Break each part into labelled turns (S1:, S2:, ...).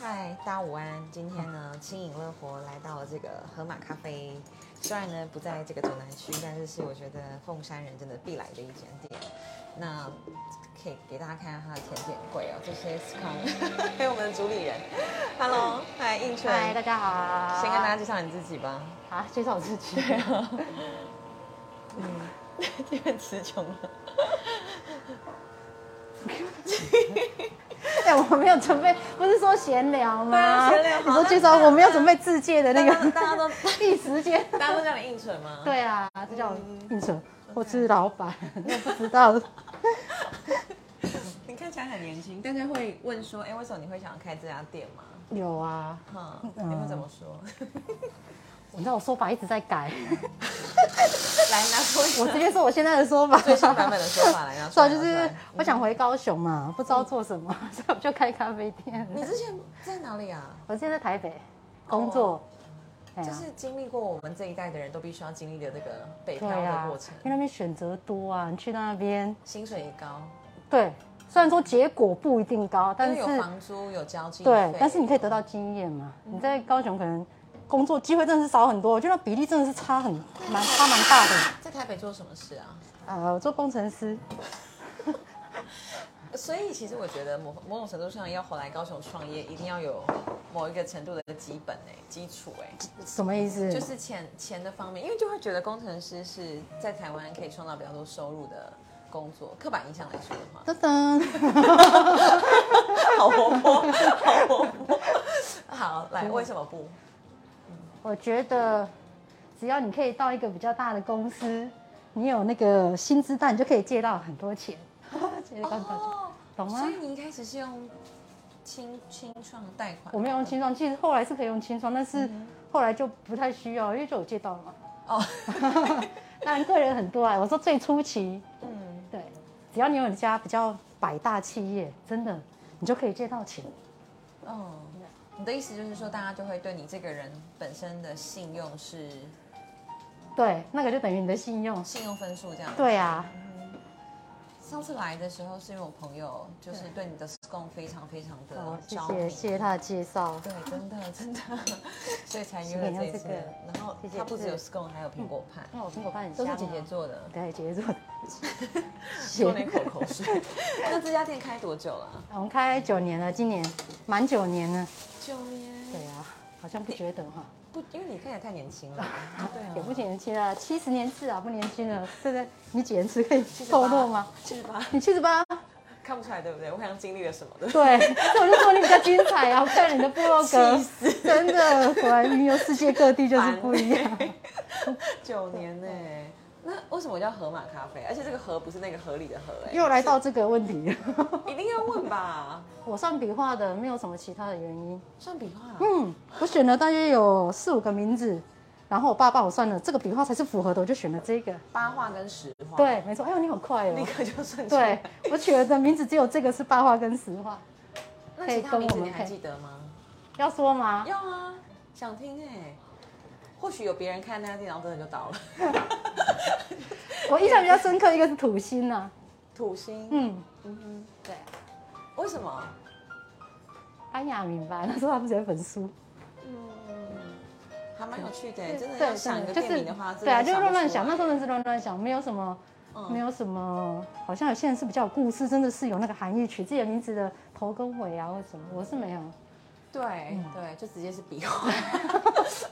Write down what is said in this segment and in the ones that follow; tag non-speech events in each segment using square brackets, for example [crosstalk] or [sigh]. S1: 嗨，大家午安！今天呢，轻盈乐活来到了这个河马咖啡，虽然呢不在这个走南区，但是是我觉得凤山人真的必来的一间店。那可以给大家看一下它的甜点柜哦，这些是康，还有 [laughs] 我们的主理人，Hello，嗨，应春，
S2: 嗨，大家好。
S1: 先跟大家介绍你自己 [laughs] 吧。嗯
S2: 家啊，介绍我自己。 [laughs]
S1: 有点词穷了，
S2: 哎，我没有准备，不是说闲聊
S1: 对啊
S2: 吗？
S1: 闲聊好
S2: 你说
S1: 那啊
S2: 介绍，
S1: 那
S2: 我没有准备自介的那
S1: [laughs] 大家
S2: 个
S1: 大家都
S2: [laughs] 第时间。
S1: 大家都叫你应春吗？
S2: 对啊，这叫应酬，我是老板，
S1: 嗯
S2: 我不知道。
S1: 你看起来很年轻，大家会问说，哎，为什么你会想要开这家店吗？
S2: 有啊，
S1: 哈、嗯你会怎么说？ [laughs]
S2: 你知道我说法一直在改，
S1: 来拿出一
S2: 我
S1: 个
S2: 直接说我现在的说
S1: [laughs]
S2: 法。
S1: 最新版本的嗯说法来，
S2: [laughs]
S1: 拿出
S2: 所以
S1: 来。
S2: 就
S1: 拿
S2: 是
S1: 出来
S2: 我想回高雄嘛，不知道做什么， [laughs] 所以我就开咖啡店。
S1: 你之前在哪里啊？
S2: 我现在在台北工作，哎呀
S1: 哦就是经历过我们这一代的人都必须要经历的这个北漂
S2: 对
S1: 的
S2: 啊
S1: 过程，
S2: 因为那边选择多啊，你去那边
S1: 薪水也高，
S2: 对，虽然说结果不一定高，但
S1: 但
S2: 是
S1: 有房租有交际
S2: 对
S1: 费，嗯
S2: 但是你可以得到经验嘛。你在高雄可能工作机会真的是少很多，我觉得比例真的是差很蛮差蛮大的。
S1: 在台北做什么事啊？
S2: 呃，我做工程师，
S1: 所以其实我觉得某某种程度上要回来高雄创业，一定要有某一个程度的基本哎、基础哎、
S2: 什么意思？
S1: 就是钱钱的方面，因为就会觉得工程师是在台湾可以创造比较多收入的工作，刻板印象来说的话。
S2: 噔噔， [laughs]
S1: 好活泼，好活泼。好，来，为什么不？
S2: 我觉得只要你可以到一个比较大的公司，你有那个薪资单，你就可以借到很多钱。 [laughs] 借到很多钱懂吗
S1: 哦所以你一开始是用清清创贷款？
S2: 我没有用清创，其实后来是可以用清创，但
S1: 嗯
S2: 是后来就不太需要，因为就有借到了嘛。
S1: 哦，
S2: 当然，个人很多啊。我说最初期，
S1: 嗯，
S2: 对，只要你有一家比较百大企业，真的你就可以借到钱。
S1: 哦，你的意思就是说，大家就会对你这个人本身的信用是
S2: 对，那个就等于你的信用。
S1: 信用分数这样。。
S2: 对啊，
S1: 上次来的时候，是因为我朋友就是对你的 scone 非常非常
S2: 好
S1: 的，
S2: 谢
S1: 着
S2: 谢
S1: 迷。
S2: 谢谢他的介绍。
S1: 对，真的真的， [laughs] 所以才约
S2: 是
S1: 了
S2: 你
S1: 这
S2: 要
S1: 一
S2: 这
S1: 次。
S2: 个
S1: 然后
S2: 谢谢嗯
S1: 他不只有
S2: 是
S1: scone，还有苹果派，
S2: 那我苹果派很
S1: 都
S2: 香、
S1: 是姐姐，做的。
S2: 对，姐姐做的。
S1: 说那口口水。 [laughs] 那这家店开多久了？
S2: 我们开九年了，今年满九年了。
S1: 九年。
S2: 对啊，好像不觉得哈，
S1: 不，因为你看起来太年轻了。对啊
S2: 也不年轻啊，七十年次啊，不年轻了。对不对？你几年次可以
S1: 78
S2: 透露吗？？
S1: 七十八，
S2: 你七十八，
S1: 看不出来对不对？我好像经历了什么的。
S2: 对，所以我就说你比较精彩啊！我看了你的部落格
S1: 气，
S2: 真的，果然云游世界各地就是不一样。
S1: 欸九年呢、那为什么叫河马咖啡？而且这个河不是那个河里的河、欸，
S2: 又来到这个问题，
S1: 一定要问吧？
S2: [laughs] 我算笔画的，没有什么其他的原因。
S1: 算笔画、
S2: 嗯，我选了大约有四五个名字，然后我爸帮我算了，这个笔画才是符合的，我就选了这个。
S1: 八画跟十画，，
S2: 对，没错。哎呦，你好快
S1: 立
S2: 哦！
S1: 刻就算出来
S2: 对。，我取了的名字只有这个是八画跟十画，
S1: 那
S2: 可以
S1: 其他名字
S2: 跟我
S1: 你
S2: 们
S1: 还
S2: 配
S1: 记得吗？
S2: 要说吗？
S1: 要啊，想听哎、或许有别人看那家店，然后真的就倒了。
S2: 我印象比较深刻一个是土星啊，
S1: 土星，
S2: 嗯，
S1: 嗯哼，
S2: 对，
S1: 为什么？
S2: 安雅明白，那时候他不是有一本书，
S1: 嗯，还蛮有趣的，真的要
S2: 对，
S1: 想一个
S2: 就
S1: 店
S2: 是
S1: 名的话，真的
S2: 对啊，就是
S1: 想不
S2: 乱乱
S1: 出
S2: 想，
S1: 来嗯
S2: 那时候真的是乱乱想，没有什么。没有什么，好像有些人是比较有故事，真的是有那个含义，取自己的名字的头跟尾啊，或者什么，我是没有。
S1: 对对，就直接是笔 [laughs] 画，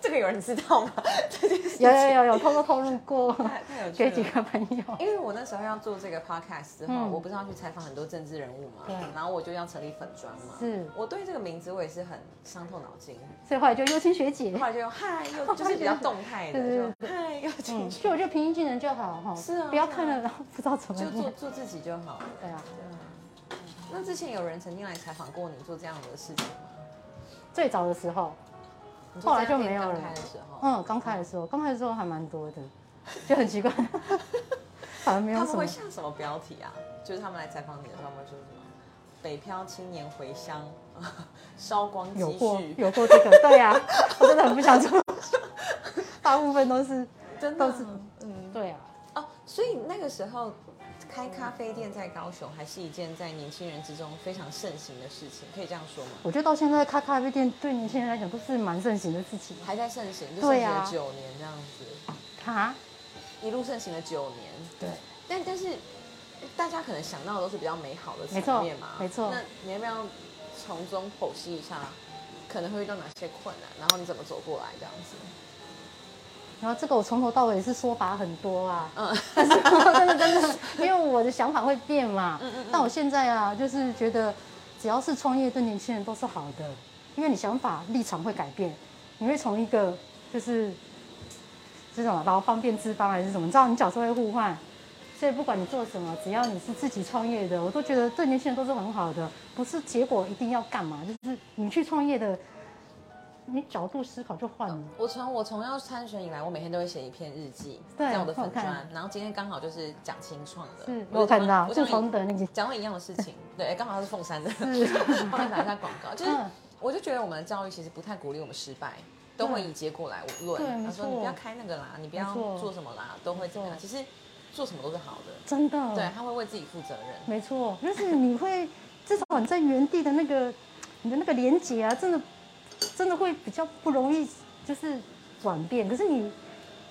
S1: 这个有人知道吗？ [laughs] 这件事
S2: 有有
S1: 情
S2: 有有偷偷透露过
S1: 太太有趣
S2: 给几
S1: 了。
S2: 个朋友。
S1: 因为我那时候要做这个 podcast 之后，
S2: 嗯
S1: 我不是要去采访很多政治人物嘛
S2: 对，
S1: 然后我就要成立粉砖嘛。
S2: 是
S1: 我对这个名字我也是很伤透脑筋，
S2: 所以后来就优青学姐，
S1: 后来就用嗨，又就是比较动态
S2: [laughs] 对
S1: 的
S2: 对，
S1: 就嗨又进
S2: 嗯，
S1: 去，
S2: 所以我觉得平易近人就好哈，
S1: 是啊
S2: 不要看了然后不知道怎么
S1: 就做
S2: 样。
S1: 做自己就好了。
S2: 对啊，
S1: 对啊那之前有人曾经来采访过你做这样的事情吗？
S2: 最早的时候，
S1: 你说
S2: 后来
S1: 这家
S2: 就
S1: 店
S2: 没有
S1: 刚
S2: 了
S1: 开的时候，
S2: 嗯，刚开的时候，刚开的时候还蛮多的，就
S1: [laughs]
S2: 很奇怪，反正没
S1: 他
S2: 有
S1: 们
S2: 什
S1: 会
S2: 么。
S1: 下什么标题啊？就是他们来采访你的时候，他们会说什么？北漂青年回乡， [laughs] 烧光积
S2: 有过
S1: 蓄，
S2: 有过这个，对啊，我真的很不想做，大部分都是
S1: 真的
S2: 都
S1: 啊
S2: 是
S1: 嗯
S2: 对啊。
S1: 哦。所以那个时候开咖啡店在高雄还是一件在年轻人之中非常盛行的事情，可以这样说吗？
S2: 我觉得到现在开咖啡店对年轻人来讲都是蛮盛行的事情。啊
S1: 还在盛行，就盛
S2: 对
S1: 行
S2: 啊
S1: 了九年这样子，
S2: 哈，
S1: 一路盛行了九年。
S2: 对，
S1: 但但是大家可能想到的都是比较美好的
S2: 没错
S1: 层面嘛，
S2: 没错
S1: 那你要不要从中剖析一下，可能会遇到哪些困难，然后你怎么走过来这样子？
S2: 然后这个我从头到尾是说法很多啊，
S1: 嗯，
S2: [laughs] 但是真的真
S1: [laughs]
S2: 的，因为我的想法会变嘛。但我现在啊，就是觉得只要是创业，对年轻人都是好的，因为你想法立场会改变，你会从一个就是这种劳方变资方还是什么，你知道你角色会互换。所以不管你做什么，只要你是自己创业的，我都觉得对年轻人都是很好的，不是结果一定要干嘛，就是你去创业的，你角度思考就换了。
S1: 我从我从要参选以来，我每天都会写一篇日记，
S2: 对
S1: 在我的
S2: 我有
S1: 粉
S2: 看
S1: 砖，然后今天刚好就是讲清创的，
S2: 是，
S1: 就
S2: 我有看到，
S1: 我
S2: 就
S1: 讲
S2: 从
S1: 了
S2: 的那个
S1: 讲了一样的事情，对，刚好他是凤山的，
S2: 是
S1: [laughs] 帮他打一下广告，就是
S2: 嗯
S1: 我就觉得我们的教育其实不太鼓励我们失败，都会以结果来
S2: 对
S1: 论。
S2: 没
S1: 他
S2: 错
S1: 说你不要开那个啦，你不要
S2: 没错
S1: 做什么啦，都会怎么样。
S2: 没嗯
S1: 其实做什么都是好的，
S2: 真的，
S1: 对，他会为自己负责任。
S2: 没错，就是嗯你会至少你在原地的那个你的那个连接啊，真的真的会比较不容易就是转变。可是你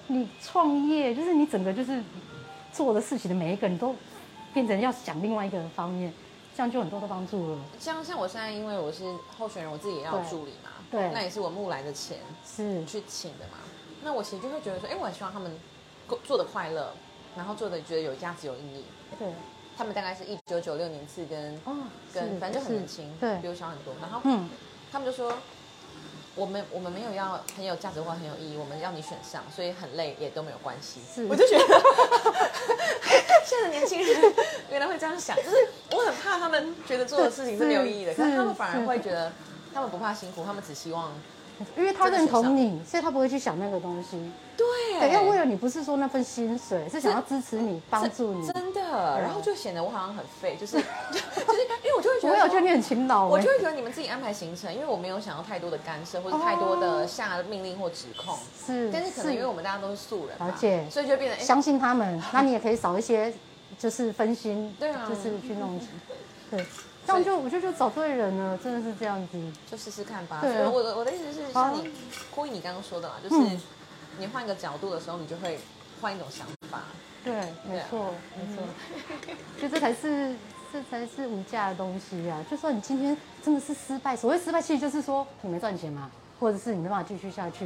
S2: 你创业，就是你整个就是做的事情的每一个，你都变成要想另外一个方面，这样就很多的帮助了。
S1: 像像我现在，因为我是候选人，我自己也要有
S2: 对
S1: 助理嘛，
S2: 对
S1: 那也是我募来的钱
S2: 是，
S1: 去请的嘛。那我其实就会觉得说，哎，我很希望他们过做的快乐，然后做的觉得有价值、有意义。
S2: 对，
S1: 他们大概是一九九六年次跟
S2: 哦，
S1: 跟，
S2: 是
S1: 反正就很年
S2: 是
S1: 轻，
S2: 对
S1: 比，我小很多。然后
S2: 嗯，
S1: 他们就说，我们我们没有要很有价值或很有意义，我们要你选上，所以很累也都没有关系。
S2: 是
S1: 我就觉
S2: [laughs]
S1: 得现在的年轻人原来会这样想，就是我很怕他们觉得做的事情是没有意义的，
S2: 是
S1: 可是他们反而
S2: 是
S1: 会觉得他们不怕辛苦，他们只希望
S2: 因为他
S1: 真的
S2: 认
S1: 是想
S2: 同你，所以他不会去想那个东西。
S1: 对
S2: 对，要为了你，不是说那份薪水，是想要支持你、帮助你。
S1: 真的，然后就显得我好像很废，就是 [laughs] 就是因为我就会觉
S2: 我
S1: 得
S2: 有
S1: 说
S2: 觉得你很勤劳欸，
S1: 我就会觉得你们自己安排行程，因为我没有想要太多的干涉或者太多的
S2: 哦
S1: 下命令或指控。
S2: 是，
S1: 但是可能因为我
S2: 是
S1: 们大家都是素人嘛，
S2: 了解
S1: 所以就变得哎、
S2: 相信他们，那你也可以少一些就是分心，
S1: [laughs] 对啊
S2: 就是去弄，
S1: [laughs]
S2: 对，这样就我就就找对人了，真的是这样子，
S1: 就试试看吧。所
S2: 对啊
S1: 以我的我的意思是，像你
S2: 好
S1: 呼应你刚刚说的啦，就是
S2: 嗯
S1: 你换一个角度的时候，你就会换一种想法。
S2: 对，
S1: 啊
S2: 没错，没
S1: [laughs]
S2: 错，就这才是这才是无价的东西啊！就算你今天真的是失败，所谓失败其实就是说你没赚钱嘛，或者是你没办法继续下去，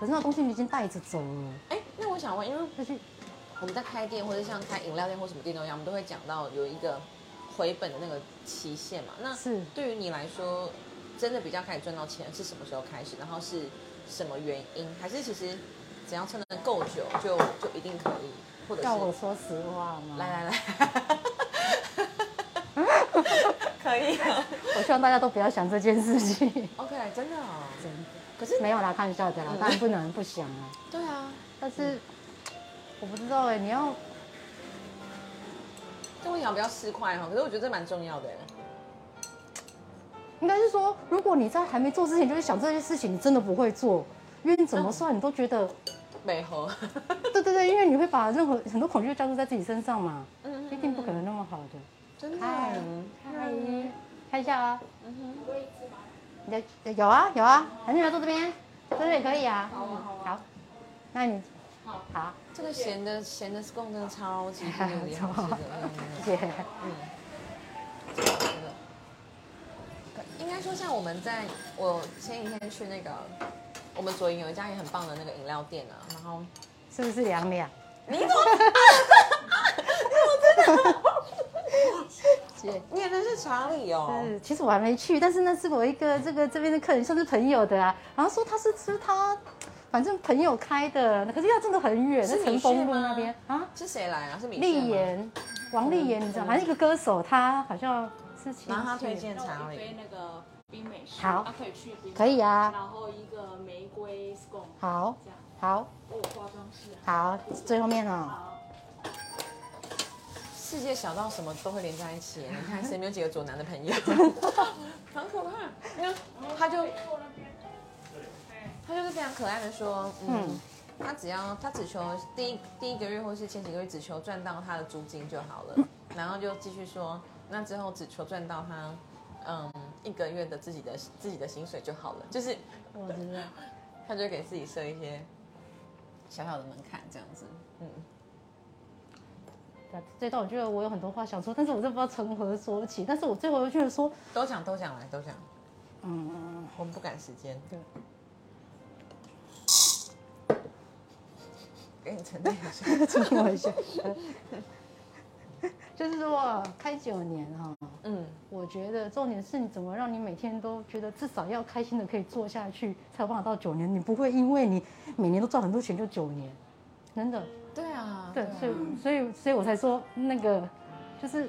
S2: 可是那东西你已经带着走了，
S1: 哎、那我想问，因为
S2: 就是
S1: 我们在开店或者像开饮料店或什么店都一样，我们都会讲到有一个回本的那个期限嘛。那
S2: 是
S1: 对于你来说，真的比较开始赚到钱是什么时候开始？然后是什么原因？还是其实只要撑得够久，就就一定可以？或者是
S2: 要我说实话吗？
S1: 来 [laughs] 来来，可以啊
S2: 我希望大家都不要想这件事情，
S1: ，OK，真的哦。
S2: 真的
S1: 可是
S2: [laughs] 没有啦，开玩笑的啦
S1: 嗯，
S2: 当然不能不想啊。
S1: 对啊，
S2: 但是我不知道哎、你要
S1: 但我想比较市侩哦哈，可是我觉得这蛮重要的耶。
S2: 应该是说，如果你在还没做之前就会想这些事情，你真的不会做，因为你怎么算你都觉得，
S1: 美猴， [laughs]
S2: 对对对，因为你会把任何很多恐惧都加注在自己身上嘛，
S1: 嗯
S2: 一定不可能那么好的。
S1: 真的
S2: 嗨
S1: 耶。
S2: 嗨，看一下啊，嗯哼，有啊有啊，还是你要坐这边，坐这边也可以啊，好好，那你好好，
S1: 这个咸的咸的贡真的超级无敌好吃的，嗯
S2: 谢谢，
S1: 真的应该说像我们在我前几天去那个我们左营有一家也很棒的那个饮料店啊，然后
S2: 是不是凉凉？
S1: 你怎么？我真的，
S2: 谢。
S1: 你也认识查理哦？
S2: 是，其实我还没去，但是那是我一个这个这边的客人，算是朋友的啊。然后说他是吃他，反正朋友开的，可是要真的很远，
S1: 是
S2: 在
S1: 米
S2: 成
S1: 线
S2: 丰路
S1: 吗
S2: 那边啊。
S1: 是谁来啊？是米线吗嗯
S2: 丽，妍，王丽妍，你知道，反正一个歌手，她好像是前
S1: 然后他
S2: 去
S1: 推荐
S3: 那
S1: 查
S3: 我一
S1: 理
S3: 杯，那个冰美式，
S2: 好
S3: 啊、可以去冰，
S2: 可以啊，
S3: 然后一个玫瑰 scone，
S2: 好
S3: 这样，
S2: 好
S3: 哦，我化妆师，
S2: 好，
S3: 啊
S2: 最后面哦，
S3: 好，
S1: 世界小到什么都会连在一起耶，你看谁没有几个左男的朋友？很可怕。
S3: 哎
S1: 那他就他就是非常可爱的说，嗯。
S2: 嗯
S1: 他只要他只求第一第一个月或是前几个月只求赚到他的租金就好了，然后就继续说，那之后只求赚到他，嗯，一个月的自己的自己的薪水就好了，就是
S2: 我知道。
S1: 他就给自己设一些小小的门槛，这样子，嗯，
S2: 对这段我觉得我有很多话想说，但是我真不知道从何说起。但是我最后又觉得说，
S1: 都讲都讲来都讲，
S2: 嗯，
S1: 我们不赶时间，
S2: 对，
S1: 给你沉淀一下，
S2: [laughs] 重新我一下，就是说开九年哈、
S1: 嗯，
S2: 我觉得重点是你怎么让你每天都觉得至少要开心的可以做下去，才有办法到九年。你不会因为你每年都赚很多钱就九年，真的。
S1: 对啊，
S2: 对，
S1: 啊
S2: 所以所以所以我才说那个就是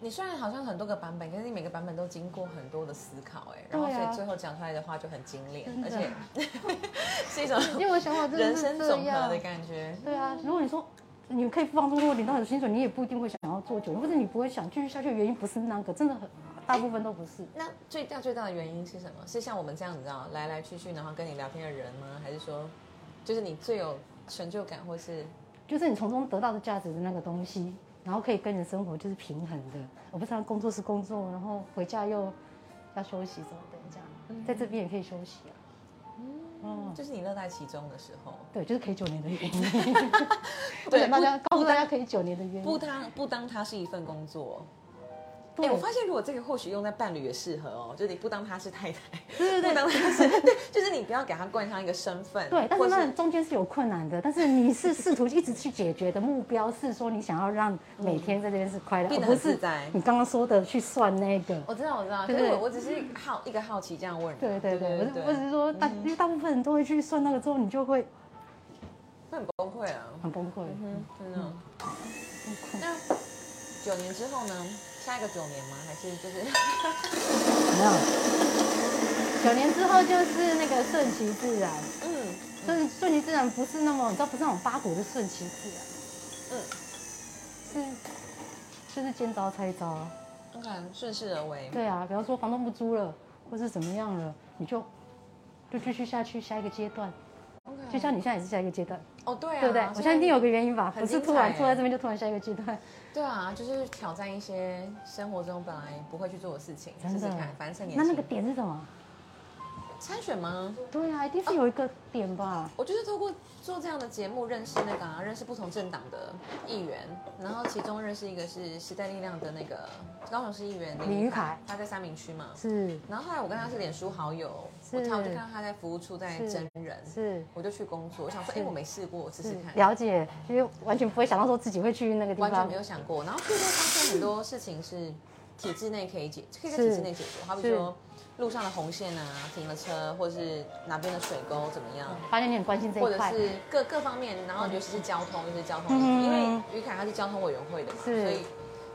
S1: 你虽然好像很多个版本，可是你每个版本都经过很多的思考，哎，然后
S2: 对
S1: 所
S2: 啊
S1: 以最后讲出来的话就很精炼，
S2: 真的
S1: 而且是一种
S2: 因为我想 [laughs] 法真
S1: 人
S2: 的是
S1: 生
S2: 这
S1: 总和
S2: 样
S1: 的。感觉。
S2: 对啊，如果你说你可以放纵，如果领到很薪水，你也不一定会想要做久，或者你不会想继续下去的原因不是那个，真的很大部分都不是。
S1: 那最大最大的原因是什么？是像我们这样，你知道来来去去，然后跟你聊天的人吗？还是说，就是你最有成就感，或是
S2: 就是你从中得到的价值的那个东西，然后可以跟你的生活就是平衡的，而不是让工作是工作，然后回家又要休息什么的，这
S1: 嗯
S2: 样在这边也可以休息啊。嗯，
S1: 就是你乐在其中的时候，
S2: 对，就是可以九年的原因。
S1: [laughs]
S2: 我想大家告诉大家可以九年的原
S1: 不
S2: 因。
S1: 当不当它是一份工作。哎、
S2: 对
S1: 我发现如果这个或许用在伴侣也适合哦，就是你不当他是太太，
S2: 对对对
S1: 不当他是 [laughs] 对，就是你不要给他冠上一个身份，
S2: 对，但
S1: 或
S2: 是那中间是有困难的，但是你是试图一直去解决的目标是说你想要让每天在这边是快
S1: 嗯
S2: 乐，
S1: 变
S2: 而
S1: 得
S2: 不
S1: 很自
S2: 是
S1: 在哦
S2: 你刚刚说的去算那个。
S1: 我知道，我知道，可
S2: 对
S1: 是
S2: 对
S1: 我我只是好一个好奇这样问你，啊
S2: 对对对，我是
S1: 对嗯
S2: 我只是说大，因为大部分人都会去算那个之后，你就会
S1: 会很崩溃啊，
S2: 很崩溃。
S1: 嗯，真的。那九年之后呢？下一个九年吗？还是就是
S2: 没有。九年之后就是那个顺其自然，
S1: 嗯
S2: 顺顺其自然不是那么，你知道不是那种八股的顺其自然，
S1: 嗯
S2: 是就是见招拆招啊。
S1: ，OK，顺势而为。
S2: 对啊，比方说房东不租了，或是怎么样了，你就就继续下去下一个阶段。
S1: OK，
S2: 就像你现在也是下一个阶段，
S1: 哦，对啊，
S2: 对不对？我
S1: 所以
S2: 相信一定有个原因吧，
S1: 很
S2: 不是
S1: 精
S2: 突然
S1: 彩
S2: 坐在
S1: 欸
S2: 这边就突然下一个阶段。
S1: 对啊，就是挑战一些生活中本来不会去做的事情，试
S2: 真
S1: 试
S2: 的
S1: 看，反正趁年
S2: 那那个
S1: 轻。
S2: 点是什么？
S1: 参选吗？
S2: 对啊，一定是有一个点吧。
S1: 我就是透过做这样的节目认识那个、啊，认识不同政党的议员，然后其中认识一个是时代力量的那个高雄市议员
S2: 李
S1: 玉
S2: 玉凯
S1: 他在三明区嘛。
S2: 是
S1: 然后后来我跟他是脸书好友，
S2: 是
S1: 我看我就看到他在服务处在
S2: 是
S1: 真人，
S2: 是。
S1: 我就去工作，我想说，哎、
S2: 是
S1: 我没试过，我试试
S2: 是
S1: 看，
S2: 了解，因为完全不会想到说自己会去那个地
S1: 完全
S2: 方
S1: 没。有想过。然后最后发现很多事情是体制内可以解，可以在体制内解决，好比说路上的红线啊，停了车，或是哪边的水沟怎么样。
S2: 发现你很关嗯心这
S1: 或
S2: 一
S1: 者
S2: 块，
S1: 是各各方面，然后尤其是交通，就是交通议题，
S2: 嗯
S1: 因为于凯他是交通委员会的嘛，所
S2: 是
S1: 以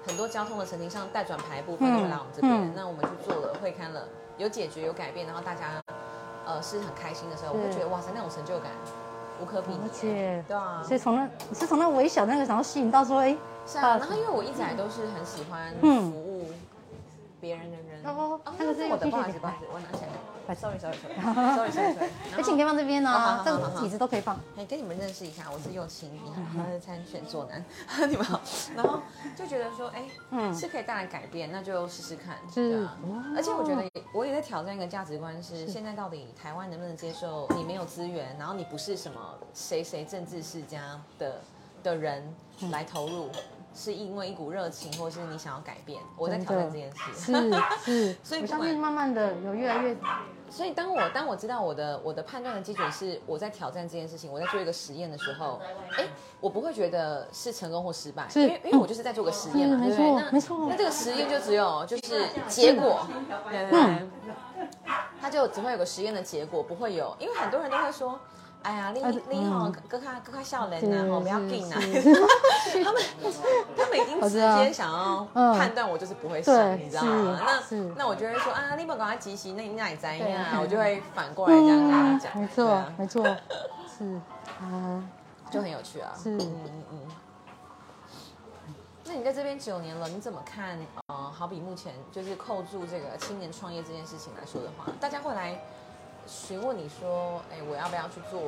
S1: 很多交通的陈情上待转牌部分都会来我们这边，
S2: 嗯嗯
S1: 那我们去做了会刊了，有解决有改变，然后大家呃是很开心的时候，我
S2: 是
S1: 会觉得哇塞那种成就感无可比
S2: 了
S1: 拟，
S2: 解。
S1: 对啊，
S2: 所以从那你是从那微小的那个，然后吸引到说，哎，
S1: 是啊，然后因为我一直以来都是很喜欢
S2: 嗯
S1: 服务别人的人，
S2: 哦
S1: 哦
S2: 那个是
S1: 我的，
S2: 必须
S1: 不好意思
S2: 的
S1: 不好意思，我拿起来
S2: 把
S1: ，sorry sorry
S2: [laughs]
S1: sorry sorry sorry，
S2: 而哎且你可以放这边
S1: 哦好好
S2: 啊，这
S1: 好好
S2: 个椅子都可以放。
S1: 哎，跟你们认识一下，我是右青，你好，他是参选左男， [laughs] 你们好。然后就觉得说，哎，
S2: 嗯
S1: 是可以带来改变，那就试试看，
S2: 是
S1: 对啊
S2: 哇。
S1: 而且我觉得也我也在挑战一个价值观是，现在到底台湾能不能接受你没有资源，然后你不是什么谁谁政治世家的的人来投入，是因为一股热情，或是你想要改变。我在
S2: 真
S1: 挑战
S2: 的
S1: 这件事。
S2: 是是，
S1: [laughs] 所以
S2: 我
S1: 不
S2: 相
S1: 管嗯
S2: 信慢慢的有越来越，
S1: 所以当我当我知道我的我的判断的基准是我在挑战这件事情，我在做一个实验的时候，哎，我不会觉得是成功或失败，
S2: 是
S1: 因为因为我就是在做个实验嘛，
S2: 嗯
S1: 对不对？
S2: 没错
S1: 那
S2: 没错
S1: 那这个实验就只有就是结
S3: 啊
S1: 果，对对对，它嗯就只会有个实验的结果，不会有，因为很多人都会说。哎呀，你
S2: 啊
S1: 你你吼
S2: 嗯，
S1: 搁较搁较少年呐，
S2: 是
S1: 吼不要紧呐。
S2: 是
S1: [laughs] 他们他们已经
S2: 我
S1: 直
S2: 知道
S1: 接想要
S2: 嗯
S1: 判断我就是不会
S2: 对
S1: 上，你知道吗？
S2: 啊是
S1: 那
S2: 是
S1: 那我就会说啊，你不赶快急急，那你哪里摘
S2: 对嗯
S1: 呀？啊我就会反过来这样跟他嗯讲，
S2: 没
S1: 对
S2: 错
S1: 啊
S2: 没错，是啊，
S1: 就很有趣啊。
S2: 是
S1: 嗯嗯嗯。那你在这边九年了，你怎么看？呃，好比目前就是扣住这个青年创业这件事情来说的话，大家会来询问你说，哎，我要不要去做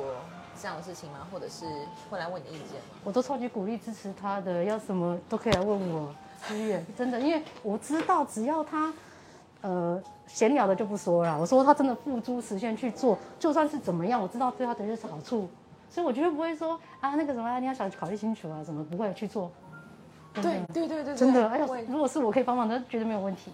S1: 这样的事情吗？或者是会来问你的意见吗？
S2: 我都超级鼓励支持他的，要什么都可以来问我支援，真的，因为我知道只要他，呃，闲聊的就不说了，我说他真的付诸实现去做，就算是怎么样，我知道对他的就是好处，所以我绝对不会说啊那个什么啊你要想考虑清楚啊什么，不会去做，真的
S1: 对对对对，
S2: 真的，哎
S1: 哎
S2: 呀
S1: 我也，
S2: 如果是我可以帮忙的，绝对没有问题，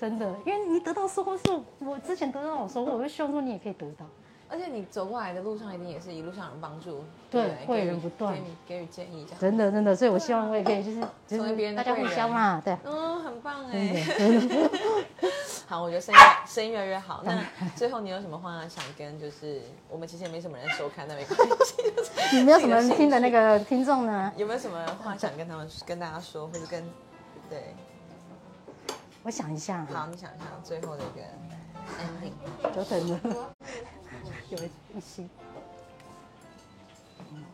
S2: 真的，因为你得到收获是我之前得到的收获，我会希望说你也可以得到，
S1: 而且你走过来的路上，一定也是一路上有人帮助，
S2: 对
S1: 不
S2: 会
S1: 给予
S2: 源不断
S1: 给予给予建议这样。
S2: 真的真的，所以我希望我也可以就是就
S1: 成为别人
S2: 是大
S1: 的
S2: 家
S1: 贵
S2: 互
S1: 人
S2: 相嘛，对。
S1: 嗯，很棒
S2: 真的
S1: 哎。
S2: 真的
S1: [laughs] 好，我觉得声音越声音越来越好。那最后你有什么话想跟？就是我们其实也没什么人收看，但没关系。
S2: 你没有什么人听的那个听众呢？
S1: 有没有什么话想跟他们、跟大家说，或者跟对？
S2: 我想一下
S1: 好，
S2: 哈，
S1: 你想一下最后的一个
S2: 嗯
S1: ending。
S2: 久等
S1: [laughs]
S2: 了，有一些。
S1: 嗯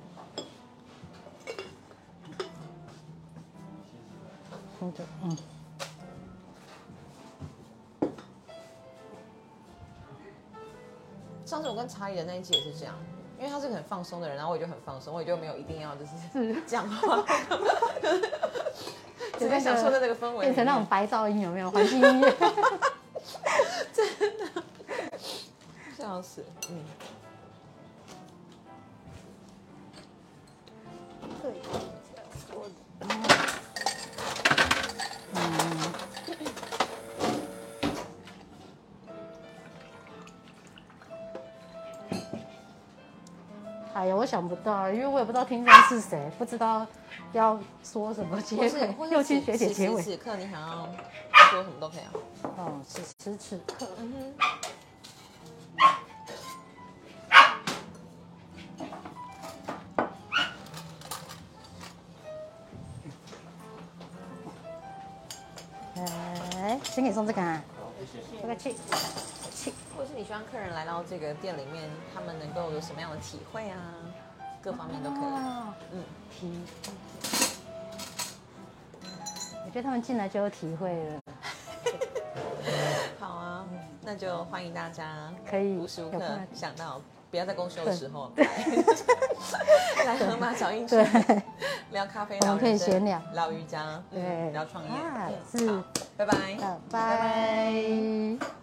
S2: 很久，嗯。
S1: 上次我跟查理的那一集也是这样，因为他是个很放松的人，然后我也就很放松，我也就没有一定要就是
S2: 是
S1: 讲
S2: [laughs]
S1: 话，只在享受在这个氛围里面，
S2: 变成那种白噪音有没有？环
S1: [laughs]
S2: 境音乐，
S1: 笑死，嗯。
S2: 嗯，哎呀，我想不到，因为我也不知道听众是谁，不知道要说什么结
S1: 或是
S2: 尾
S1: 或，是
S2: [laughs] 又去学姐
S1: 此
S2: 结尾
S1: 此。时此刻你想要说什么都可以啊。
S2: 哦，此时此刻，
S1: 嗯
S2: 哎，先给你送这个啊，这个去去，
S1: 哼，或是你希望客人来到这个店里面，他们能够有什么样的体会啊？各方面都可以。
S2: 哦
S1: 嗯，
S2: 体，我觉得他们进来就有体会了，
S1: 好啊，那就欢迎大家
S2: 可以
S1: 无时无
S2: 有
S1: 刻
S2: 空来啊
S1: 想到不要在公休的时候来 [laughs] 来河马小印
S2: 对
S1: 村， [laughs] 聊咖啡，
S2: 我
S1: 聊
S2: 们
S1: 人
S2: 可以
S1: 生
S2: 闲聊
S1: 聊瑜伽，嗯
S2: 对
S1: 聊创业
S2: 啊，
S1: 嗯
S2: 是
S1: 好拜拜，
S2: 好，拜拜。